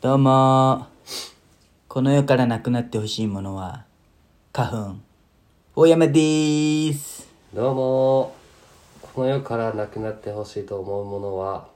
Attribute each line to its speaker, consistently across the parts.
Speaker 1: どうもーこの世からなくなってほしいものは花粉大山でーす
Speaker 2: どうもこの世からなくなってほしいと思うものは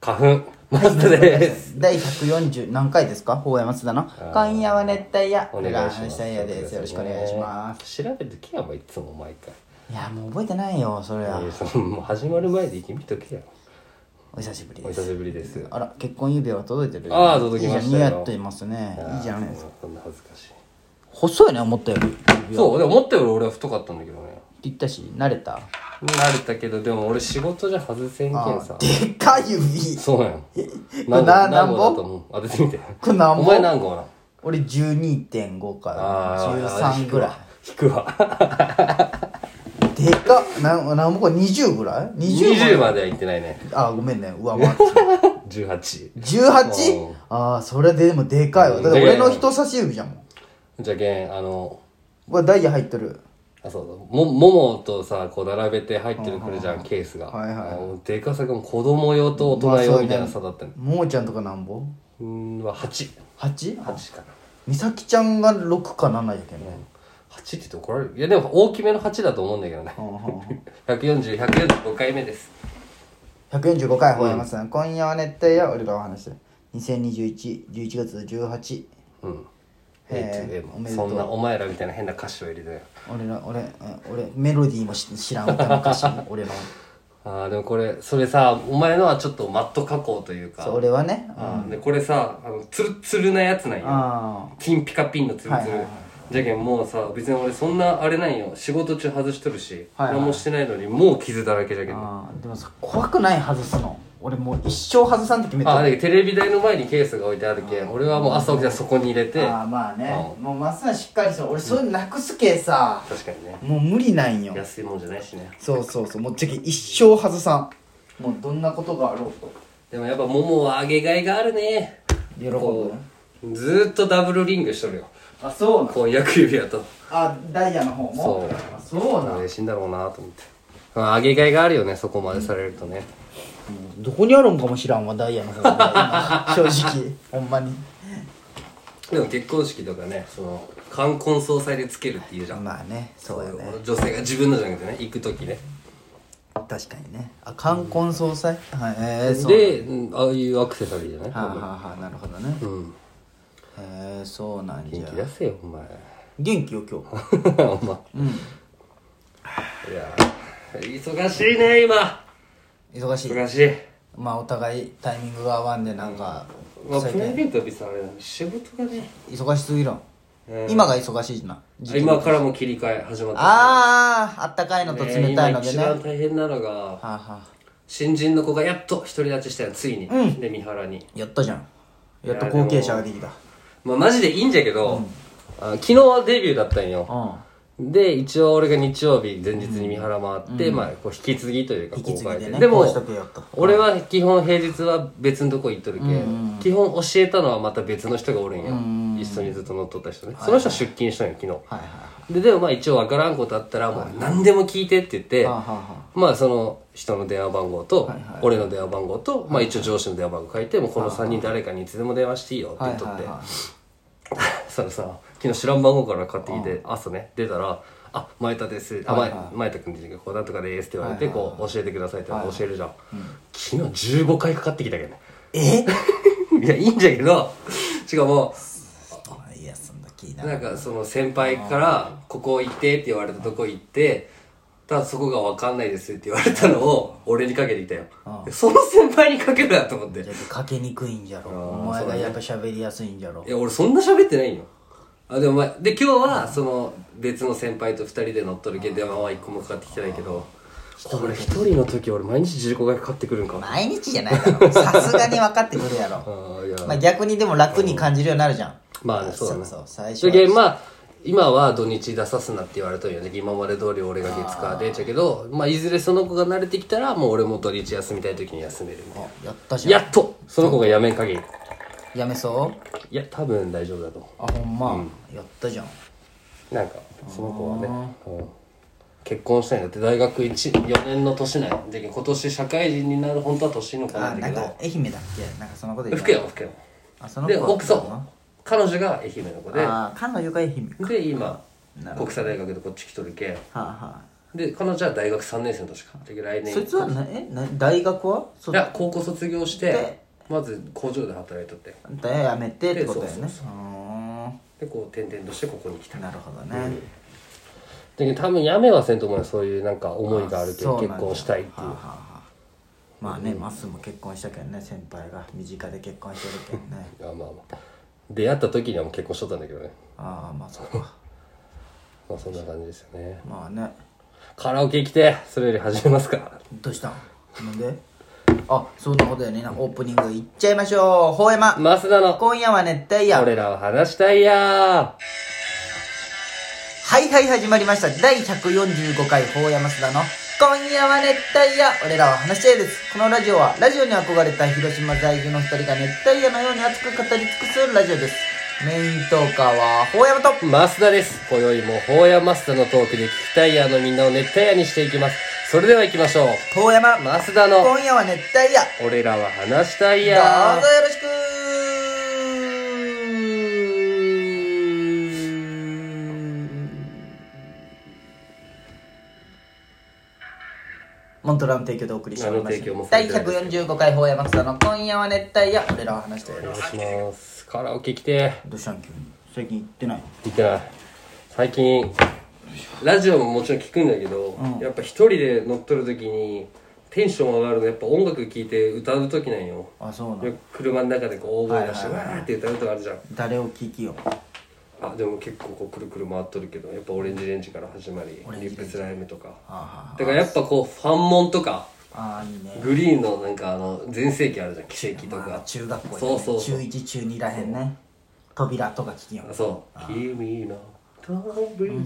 Speaker 2: 花粉マスタです
Speaker 1: 第140何回ですか大山津田の「今夜は熱帯夜」
Speaker 2: お願いします
Speaker 1: 大山ですよろしくお願いします
Speaker 2: 調べてけやばいつも毎回
Speaker 1: すいやもう覚えてないよそれはい
Speaker 2: やそのもう始まる前で君とけや
Speaker 1: お久しぶり
Speaker 2: お
Speaker 1: で
Speaker 2: 久
Speaker 1: す
Speaker 2: しぶりです
Speaker 1: あら結婚指輪が届いてる
Speaker 2: あー届きましたよ
Speaker 1: いいじゃん似合っていますねいいじゃないですか
Speaker 2: かそんな恥ずかし
Speaker 1: 細いね思ったよりって
Speaker 2: いそうでも思ったより俺は太かったんだけどね
Speaker 1: 言ったし慣れた
Speaker 2: 慣れたけどでも俺仕事じゃ外せんけんさ
Speaker 1: でかい指
Speaker 2: そうやん
Speaker 1: な
Speaker 2: 何号
Speaker 1: なん
Speaker 2: 何
Speaker 1: ぼ
Speaker 2: 号だと思う当ててみて
Speaker 1: これなんぼ
Speaker 2: お前何号なん
Speaker 1: 俺12.5から
Speaker 2: あー
Speaker 1: 13ぐらい
Speaker 2: 引くわ
Speaker 1: でかっななんもこれ20ぐらい ?20
Speaker 2: 20までは行ってないね
Speaker 1: あごめんね上回って
Speaker 2: 18
Speaker 1: 18? ああそれでもでかいわだって俺の人差し指じゃんもん
Speaker 2: じゃけんあの
Speaker 1: うわダイヤ入ってる
Speaker 2: あそうだもももとさこう並べて入ってるくるじゃんケースが、
Speaker 1: はいはい
Speaker 2: あのでかさがもう子供用と大人用みたいな差だったね
Speaker 1: ももちゃんとかなんぼ
Speaker 2: うーんは8
Speaker 1: 8?
Speaker 2: 8かな
Speaker 1: 美咲ちゃんが6か7やけん ね
Speaker 2: 8って言って怒られるいやでも大きめの8だと思うんだけどね
Speaker 1: うんうんうん
Speaker 2: 140145回目です
Speaker 1: 145回吠えます、今夜は熱帯夜俺らお話しする202111月18
Speaker 2: うん A
Speaker 1: へー
Speaker 2: to
Speaker 1: おめ
Speaker 2: M
Speaker 1: でとう
Speaker 2: そんなお前らみたいな変な歌詞を入れてよ
Speaker 1: 俺ら俺俺メロディーもし知らん歌の歌詞も俺の
Speaker 2: あーでもこれそれさお前のはちょっとマット加工というか
Speaker 1: そう俺はね
Speaker 2: あーでこれさあのツルツルなやつなんよ
Speaker 1: あ
Speaker 2: 金ピカピンのツル
Speaker 1: はい
Speaker 2: ツ
Speaker 1: はいはい
Speaker 2: ルじゃけんもうさ別に俺そんなあれないよ仕事中外しとるし、
Speaker 1: はいはい
Speaker 2: 何もしてないのにもう傷だらけじゃけんあ
Speaker 1: あーでもさ怖くない外すの俺もう一生外さんって決めて
Speaker 2: あ
Speaker 1: る
Speaker 2: だけどテレビ台の前にケースが置いてあるけん俺はもう朝起きたらそこに入れて
Speaker 1: あーまあねもうまっすぐしっかりそう俺そういうのなくすけさ、
Speaker 2: 確かにね
Speaker 1: もう無理なんよ
Speaker 2: 安いもんじゃないしね
Speaker 1: そうそうそうもうじゃけ一生外さんもうどんなことがあろうと
Speaker 2: でもやっぱ桃はあげがいがあるね
Speaker 1: 喜ぶ
Speaker 2: こうずーっとダブルリングしとるよ
Speaker 1: あそうなの
Speaker 2: 婚約指輪と
Speaker 1: あダイヤの方も
Speaker 2: そう
Speaker 1: あそうなの
Speaker 2: 嬉しいんだろうなと思ってああげがいがあるよねそこまでされるとね、
Speaker 1: どこにあるんかも知らんわダイヤ の方が今正直ほんまに
Speaker 2: でも結婚式とかねその冠婚葬祭でつけるっていうじゃん
Speaker 1: まあねそうやね
Speaker 2: 女性が自分のじゃなくてね行く時ね
Speaker 1: 確かにねあ冠婚葬祭、はいえー、そう
Speaker 2: でうんああいうアクセサリーじゃない
Speaker 1: はあ、はあはあ、なるほどね
Speaker 2: うん
Speaker 1: へえそうなんじ
Speaker 2: 元
Speaker 1: ゃ
Speaker 2: 気出せよお前
Speaker 1: 元気よ今日
Speaker 2: お前いや忙しいね今
Speaker 1: 忙しい
Speaker 2: 忙しい
Speaker 1: まあお互いタイミングが合わんでなんか
Speaker 2: まあ
Speaker 1: 最
Speaker 2: プライ
Speaker 1: 近
Speaker 2: ベートは別にあれだね仕事がね
Speaker 1: 忙しすぎるん
Speaker 2: うん
Speaker 1: 今が忙しいじゃな時期
Speaker 2: 今からも切り替え始まった
Speaker 1: あああったかいのと冷たいのでね
Speaker 2: 今
Speaker 1: は
Speaker 2: 一番大変なのが
Speaker 1: あ、はあ、
Speaker 2: 新人の子がやっと独り立ちしたよついに、で三原に
Speaker 1: やったじゃんやっと後継者ができた
Speaker 2: まあマジでいいんじゃけど、あ昨日はデビューだったんよ、
Speaker 1: う
Speaker 2: で一応俺が日曜日前日に三原回って、まあこう引き継ぎというか
Speaker 1: 引き継ぎでね
Speaker 2: 公開で
Speaker 1: こ
Speaker 2: も
Speaker 1: うしとけよと
Speaker 2: 俺は基本平日は別のとこ行っとるけ、基本教えたのはまた別の人がおるんよ、一緒にずっと乗っとった人ね、その人は出勤したんよ昨日、
Speaker 1: はいはい
Speaker 2: ででもまあ一応分からんことあったらもう何でも聞いてって言って、
Speaker 1: はあはあは
Speaker 2: まあその人の電話番号と俺の電話番号とまあ一応上司の電話番号書いてもうこの3人誰かにいつでも電話していいよって言っとっ
Speaker 1: はい
Speaker 2: て
Speaker 1: はいは
Speaker 2: そのさ昨日知らん番号から買ってきて朝ね出たら「あ前田です」あ「前前田君でこうなんとかです」って言われて「こう教えてください」って言われて教えるじゃん昨日15回かかってきたけどね
Speaker 1: え
Speaker 2: いやいいんじゃけどしかも
Speaker 1: いやそんな気にな
Speaker 2: なんかその先輩から「ここ行って」って言われたとこ行ってただそこが分かんないですって言われたのを俺にかけてきたよその先輩にかけるなと思ってい
Speaker 1: じゃあかけにくいんじゃろお前がやっぱ喋りやすいんじゃろ
Speaker 2: や俺そんな喋ってないよあでもまあで今日はその別の先輩と2人で乗っとるけど電話は1個もかかってきてないけどこれ1人の時俺毎日15回かかってくるんか
Speaker 1: 毎日じゃないだろさすがに分かってくるや
Speaker 2: あ
Speaker 1: ろ
Speaker 2: ーいや
Speaker 1: まあ逆にでも楽に感じるようになるじゃん
Speaker 2: まあねそうだね
Speaker 1: そうそう最初
Speaker 2: そ
Speaker 1: は
Speaker 2: れでまあ今は土日出さすなって言われとるよね今まで通り俺が月火でちゃけどまあいずれその子が慣れてきたらもう俺も土日休みたい時に休めるみたい
Speaker 1: あやったじ
Speaker 2: な
Speaker 1: ゃ
Speaker 2: やっとその子がやめん限り
Speaker 1: んやめそう
Speaker 2: いや多分大丈夫だと思
Speaker 1: あほんまやったじゃん
Speaker 2: うなんかその子はね、うん結婚したいんだって大学14年の年なんで今年社会人になる本当は年の子な
Speaker 1: あ
Speaker 2: んだ
Speaker 1: な
Speaker 2: け
Speaker 1: ん
Speaker 2: ど
Speaker 1: か愛媛だっけなんかそのこと言
Speaker 2: 福山福
Speaker 1: あそ
Speaker 2: 山
Speaker 1: の
Speaker 2: で
Speaker 1: 子は
Speaker 2: 奥さ
Speaker 1: 福
Speaker 2: ん
Speaker 1: 山
Speaker 2: 彼女が愛媛の子で
Speaker 1: ああ彼女が愛媛か
Speaker 2: で今
Speaker 1: なるほど
Speaker 2: 国際大学でこっち来とるけ
Speaker 1: はあは
Speaker 2: で彼女は大学3年生の年かで来
Speaker 1: あ
Speaker 2: 年
Speaker 1: そいつはなえな大学はいそ
Speaker 2: や高校卒業し
Speaker 1: で
Speaker 2: てまず工場で働いとって
Speaker 1: 大学辞めてってことだよ
Speaker 2: で
Speaker 1: ね
Speaker 2: そう
Speaker 1: ー
Speaker 2: でこう転々としてここに来た
Speaker 1: んなるほど
Speaker 2: う
Speaker 1: ね
Speaker 2: んで多分やめはせんと思うよそういうなんか思いがあるけ
Speaker 1: そうな
Speaker 2: ど
Speaker 1: ん
Speaker 2: 結
Speaker 1: だ
Speaker 2: 婚したいって
Speaker 1: は
Speaker 2: い
Speaker 1: あ
Speaker 2: う
Speaker 1: はあはあまあねまっすーも結婚したけどね先輩が身近で結婚してるけどね
Speaker 2: あまあまあ出会った時にはもう結婚しとったんだけどね
Speaker 1: ああまあそうか
Speaker 2: まあそんな感じですよね
Speaker 1: まあね
Speaker 2: カラオケ行きてそれより始めますか
Speaker 1: どうしたんなんであそんなことよねなんかオープニングいっちゃいましょうほえま
Speaker 2: マスダの
Speaker 1: 今夜は熱帯夜
Speaker 2: 俺らを話したいや
Speaker 1: はいはい始まりました第145回法山須田の今夜は熱帯夜俺らは話し合いですこのラジオはラジオに憧れた広島在住の2人が熱帯夜のように熱く語り尽くすラジオですメイントーカーは法山と
Speaker 2: ーマスダです今宵もホーヤマスダのトークで聞きたいやーのみんなを熱帯夜にしていきますそれでは行きましょう
Speaker 1: 法山
Speaker 2: マスダの
Speaker 1: 今夜は熱帯夜
Speaker 2: 俺らは話したい
Speaker 1: ど
Speaker 2: や
Speaker 1: うぞ
Speaker 2: ー
Speaker 1: よろしくモントラの提供でお送りしておりま
Speaker 2: あの提供も
Speaker 1: す
Speaker 2: さ
Speaker 1: 第
Speaker 2: れてないです
Speaker 1: 145回法山草の今夜は熱帯夜俺らは話した
Speaker 2: お
Speaker 1: よ
Speaker 2: 願いしますカラオケ来て
Speaker 1: どうしたん急に最近行ってない
Speaker 2: 行ってない最近ラジオももちろん聞くんだけど、
Speaker 1: うん
Speaker 2: やっぱ一人で乗っとる時にテンション上がるのやっぱ音楽聴いて歌う時なんよ
Speaker 1: あそうな
Speaker 2: よ
Speaker 1: の
Speaker 2: く車の中でこう大声出して
Speaker 1: はい
Speaker 2: わ
Speaker 1: はいはい
Speaker 2: ーって歌うとかあるじゃん
Speaker 1: 誰を聞きよ
Speaker 2: あでも結構こうくるくる回っとるけどやっぱオレンジレンジから始まり
Speaker 1: オレンジレ
Speaker 2: リ
Speaker 1: ンジ
Speaker 2: ップスライムとか
Speaker 1: あ
Speaker 2: だからやっぱこうファンモンとか
Speaker 1: ーあーいいね
Speaker 2: グリーンのなんかあの全盛期あるじゃん奇跡と
Speaker 1: まあ
Speaker 2: か
Speaker 1: 中学校
Speaker 2: そうそう
Speaker 1: 中
Speaker 2: そう
Speaker 1: 1中2らへんね扉とか聞きよ
Speaker 2: そう君の飛び今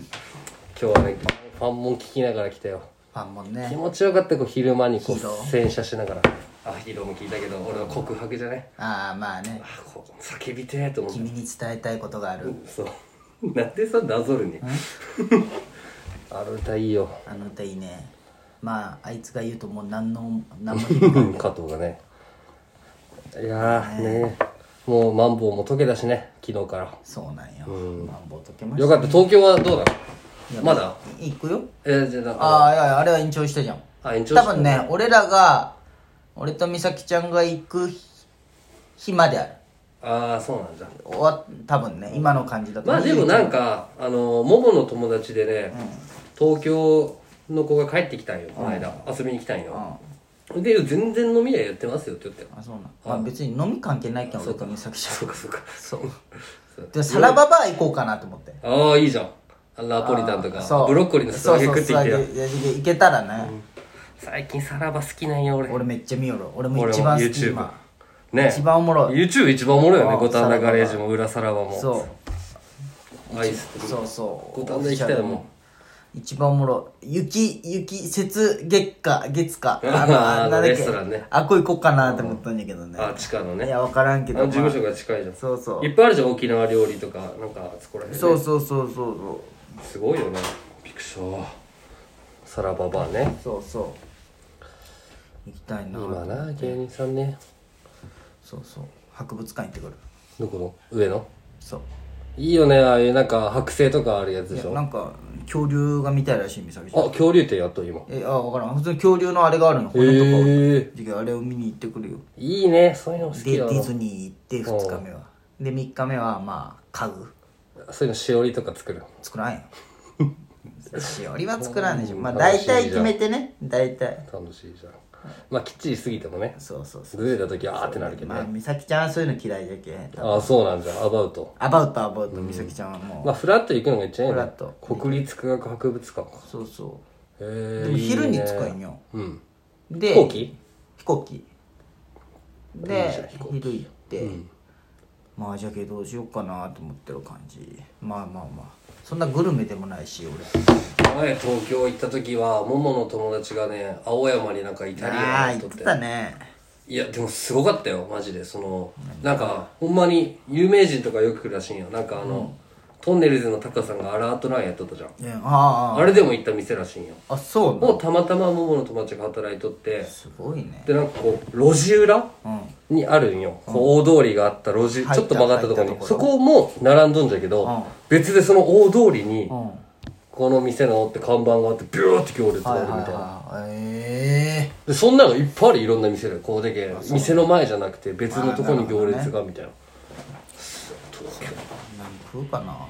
Speaker 2: 日はねファンモン聞きながら来たよ
Speaker 1: ファンも
Speaker 2: 気
Speaker 1: ね
Speaker 2: 持ちよかったこう昼間にこ
Speaker 1: ヒーロー
Speaker 2: う洗車しながらあヒーローも聞いたけど俺は告白じゃね
Speaker 1: ああまあね
Speaker 2: あこう叫びてえと思って
Speaker 1: 君に伝えたいことがある
Speaker 2: そうなんでそんななぞるねあの歌いい よ
Speaker 1: あの歌いいねまああいつが言うともう何の何 も言う
Speaker 2: 加藤がねいやーねもうマンボウも溶けだしね昨日から
Speaker 1: そうなんよマンボウ解けまし
Speaker 2: よ
Speaker 1: た
Speaker 2: かった東京はどうだ
Speaker 1: いや
Speaker 2: まだ
Speaker 1: い行くよ
Speaker 2: えー、じゃあなんか
Speaker 1: ああいやいやあれは延長したじゃん
Speaker 2: あ延長した
Speaker 1: 多分ね俺らが俺と美咲ちゃんが行く日日まである
Speaker 2: ああそうなんじゃ
Speaker 1: 終わ多分ね今の感じだと
Speaker 2: まあでもなんかあのモモの友達でね、東京の子が帰ってきたんよこの間、遊びに来たんよ、で全然飲み屋やってますよって言って
Speaker 1: あそうなんまあ別に飲み関係ないけん俺と美咲ち
Speaker 2: そうかそうかそう
Speaker 1: ゃんでサラババー行こうかなと思って
Speaker 2: ああいいじゃんあのナポリタンとかブロッコリーの素揚げ食ってきて
Speaker 1: そう
Speaker 2: よ
Speaker 1: そう素揚げいけたらね、
Speaker 2: 最近サラバ好きなんよ俺
Speaker 1: 俺めっちゃ見よる俺も
Speaker 2: 俺
Speaker 1: 一
Speaker 2: も
Speaker 1: 番好き
Speaker 2: YouTube
Speaker 1: 今
Speaker 2: ね
Speaker 1: 一番おもろい
Speaker 2: YouTube 一番おもろいよ
Speaker 1: あ
Speaker 2: ね
Speaker 1: ー
Speaker 2: 五反田ガレージも裏サラバも
Speaker 1: そう
Speaker 2: アイス
Speaker 1: 一そうそう
Speaker 2: 五反田行きたいもん
Speaker 1: 一番おもろい雪雪節月下月 下
Speaker 2: あ
Speaker 1: な
Speaker 2: の
Speaker 1: んだっけ
Speaker 2: レストランね
Speaker 1: あっこ行こうかなと思ったんやけどね
Speaker 2: あ地下のね
Speaker 1: いや分からん
Speaker 2: あ
Speaker 1: けど、
Speaker 2: の事務
Speaker 1: ま
Speaker 2: 所が近いじゃん
Speaker 1: あそうそう
Speaker 2: いっぱいあるじゃん沖縄料理とかなんかあそこら辺
Speaker 1: そう
Speaker 2: ね
Speaker 1: そうそうそうそう
Speaker 2: すごいよねびっくりしたサラババーね
Speaker 1: そうそう行きたいな
Speaker 2: 今な芸人さんね
Speaker 1: そうそう博物館行ってくる
Speaker 2: どこの上の
Speaker 1: そう
Speaker 2: いいよねああいうなんか剥製とかあるやつ
Speaker 1: い
Speaker 2: でし
Speaker 1: や
Speaker 2: ょ
Speaker 1: なんか恐竜が見たいらしい美咲ちゃん
Speaker 2: あ恐竜店やっと今へ
Speaker 1: えあ分からん普通に恐竜のあれがあるの
Speaker 2: え
Speaker 1: 骨とかを次あれを見に行ってくるよ
Speaker 2: いいねそういうのも好
Speaker 1: で
Speaker 2: き
Speaker 1: デ
Speaker 2: よ
Speaker 1: ィズニー行って2日目はで3日目はまあ家具
Speaker 2: そういうのしおりとか作る
Speaker 1: 作 らんよしおりは作らんでしょまあ大体決めてね大体
Speaker 2: 楽しいじゃんまあきっちりすぎてもね
Speaker 1: そうそうそ
Speaker 2: ずれた時あーってなるけ
Speaker 1: う
Speaker 2: ど
Speaker 1: まあ
Speaker 2: ね
Speaker 1: 美咲ちゃんはそういうの嫌いじゃけ
Speaker 2: ああそうなんじゃアバウト
Speaker 1: アバウトアバウト美咲ちゃんはもう、
Speaker 2: まあフラット行くのが一番いいね
Speaker 1: フラット
Speaker 2: 国立科学博物館か
Speaker 1: そうそ
Speaker 2: へ
Speaker 1: う
Speaker 2: え
Speaker 1: でも昼に
Speaker 2: いいね
Speaker 1: 使いんよ
Speaker 2: うん
Speaker 1: で
Speaker 2: 飛行機
Speaker 1: 飛行機
Speaker 2: いいじゃん
Speaker 1: で
Speaker 2: 飛行
Speaker 1: 昼行って、まあじゃけどうしようかなと思ってる感じまあまあまあそんなグルメでもないし俺
Speaker 2: 前東京行った時はももの友達がね青山になんかイタリ
Speaker 1: ああ
Speaker 2: ア
Speaker 1: 言
Speaker 2: ンと
Speaker 1: っ
Speaker 2: ってて
Speaker 1: たね
Speaker 2: いやでもすごかったよマジでそのなんかほんまに有名人とかよく来るらしいんよなんかあの、トンネルズのタカさんがアラートラインやっとったじゃん
Speaker 1: ねああ
Speaker 2: あれでも行った店らしいんよ
Speaker 1: あそうな
Speaker 2: もうたまたまモモの友達が働いとって
Speaker 1: すごいね
Speaker 2: でなんかこう路地裏
Speaker 1: うん
Speaker 2: にあるんよ、こう大通りがあった路地
Speaker 1: 入った
Speaker 2: ちょっと曲がったところ
Speaker 1: 入っ
Speaker 2: に
Speaker 1: たと
Speaker 2: そ
Speaker 1: こ
Speaker 2: こも並んどんじゃけど、
Speaker 1: うん
Speaker 2: 別でその大通りに、
Speaker 1: うん
Speaker 2: この店のって看板があってビューって行列があ
Speaker 1: はい
Speaker 2: る
Speaker 1: は
Speaker 2: み
Speaker 1: い
Speaker 2: たいな、
Speaker 1: はいえ
Speaker 2: でそんなのいっぱいあるいろんな店でこうでけえ店の前じゃなくて別のとこに行列がみたいな東京
Speaker 1: え何食うかな、ま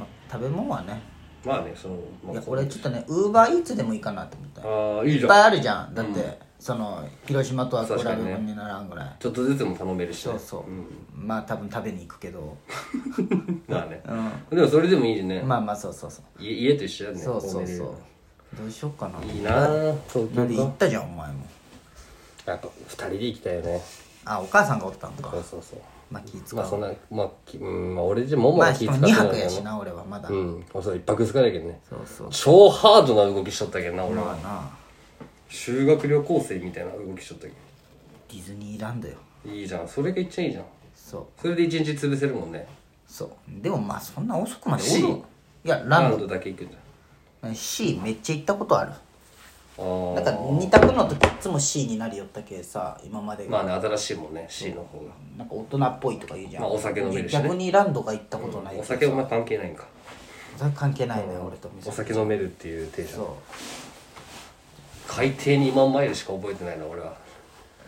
Speaker 1: あ、食べ物はね
Speaker 2: まあねその、まあ、
Speaker 1: いや俺ちょっとねウーバーイーツでもいいかなと思ったいっ
Speaker 2: ああいいじ
Speaker 1: ぱい
Speaker 2: ゃん
Speaker 1: あるじゃんだって、その広島とは比べ
Speaker 2: 確かにね
Speaker 1: 物にならんぐらい、
Speaker 2: ちょっとずつも頼めるし、ね、
Speaker 1: そうそう、
Speaker 2: ん
Speaker 1: まあ多分食べに行くけ ど、
Speaker 2: まあね、
Speaker 1: う
Speaker 2: でもそれでもいいね、
Speaker 1: ん、まあまあそうそうそう
Speaker 2: い家と一緒やね
Speaker 1: そうそう
Speaker 2: こ
Speaker 1: そううどうしようかな
Speaker 2: 見れるいいなあ東
Speaker 1: だって
Speaker 2: 京
Speaker 1: 行
Speaker 2: か
Speaker 1: ったじゃんお前も
Speaker 2: やっぱ2人で行きたいよね
Speaker 1: あお母さんがおったんか
Speaker 2: そうそうそう
Speaker 1: まあ気使う
Speaker 2: まあそんなまあきうんまあ俺じゃもも
Speaker 1: まあ
Speaker 2: は
Speaker 1: し
Speaker 2: 気使
Speaker 1: か
Speaker 2: っ
Speaker 1: も
Speaker 2: て
Speaker 1: 2
Speaker 2: ないから
Speaker 1: 泊やしな俺はまだ、
Speaker 2: うんあそう一泊使えないけどね
Speaker 1: そうそう
Speaker 2: 超ハードな動きしとったけどな俺は
Speaker 1: まあな
Speaker 2: 修学旅行生みたいな動きしとったけ
Speaker 1: ディズニーランドよ
Speaker 2: どいいじゃんそれがいっちゃいいじゃん
Speaker 1: そう
Speaker 2: それで一日潰せるもんね
Speaker 1: そうでもまあそんな遅くまで
Speaker 2: C
Speaker 1: おるいやラ
Speaker 2: ラ
Speaker 1: ン
Speaker 2: ンドだけ行くんじゃ
Speaker 1: ド C めっちゃ行ったことある
Speaker 2: んあ
Speaker 1: なん
Speaker 2: あ
Speaker 1: か2択の時いつも C になりよったけさ今までが、
Speaker 2: まあね新しいもんね C の方が
Speaker 1: なんか大人っぽいとか言うじゃん、
Speaker 2: まあお酒飲めるしね
Speaker 1: 逆にランドが行ったことない、
Speaker 2: お酒お前関係ないんか
Speaker 1: それ関係ないね、俺とみさ
Speaker 2: お酒飲めるっていうテンション
Speaker 1: そ
Speaker 2: 海底2万マイルしか覚えてないな俺は
Speaker 1: う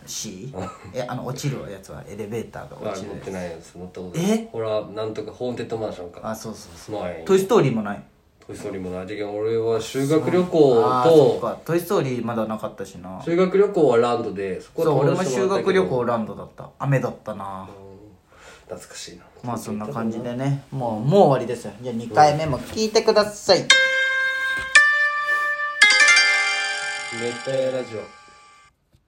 Speaker 1: C? えあの落ちるやつはエレベーターが
Speaker 2: あ
Speaker 1: 落
Speaker 2: れ
Speaker 1: ち
Speaker 2: 乗
Speaker 1: る
Speaker 2: ってないやつ乗ったことない
Speaker 1: え
Speaker 2: ほらなんとかホーンテッドマンション
Speaker 1: あ
Speaker 2: か
Speaker 1: そうそうそ
Speaker 2: 前
Speaker 1: う「トイ・ストーリー」もない
Speaker 2: トイ・ストーリーもないで俺は修学旅
Speaker 1: あーそっ
Speaker 2: 行と
Speaker 1: か「トイ・ストーリー」まだなかったしな
Speaker 2: 修学旅行はランドでそこ
Speaker 1: そう
Speaker 2: は
Speaker 1: 俺
Speaker 2: 友
Speaker 1: も
Speaker 2: 達
Speaker 1: 修
Speaker 2: と回ったけど
Speaker 1: 学旅行ランドだった雨だったな
Speaker 2: 懐かしいな
Speaker 1: まあそんな感じでねもうもう終わりですよじゃあ2回目も聞いてください、
Speaker 2: 熱帯夜ラジオ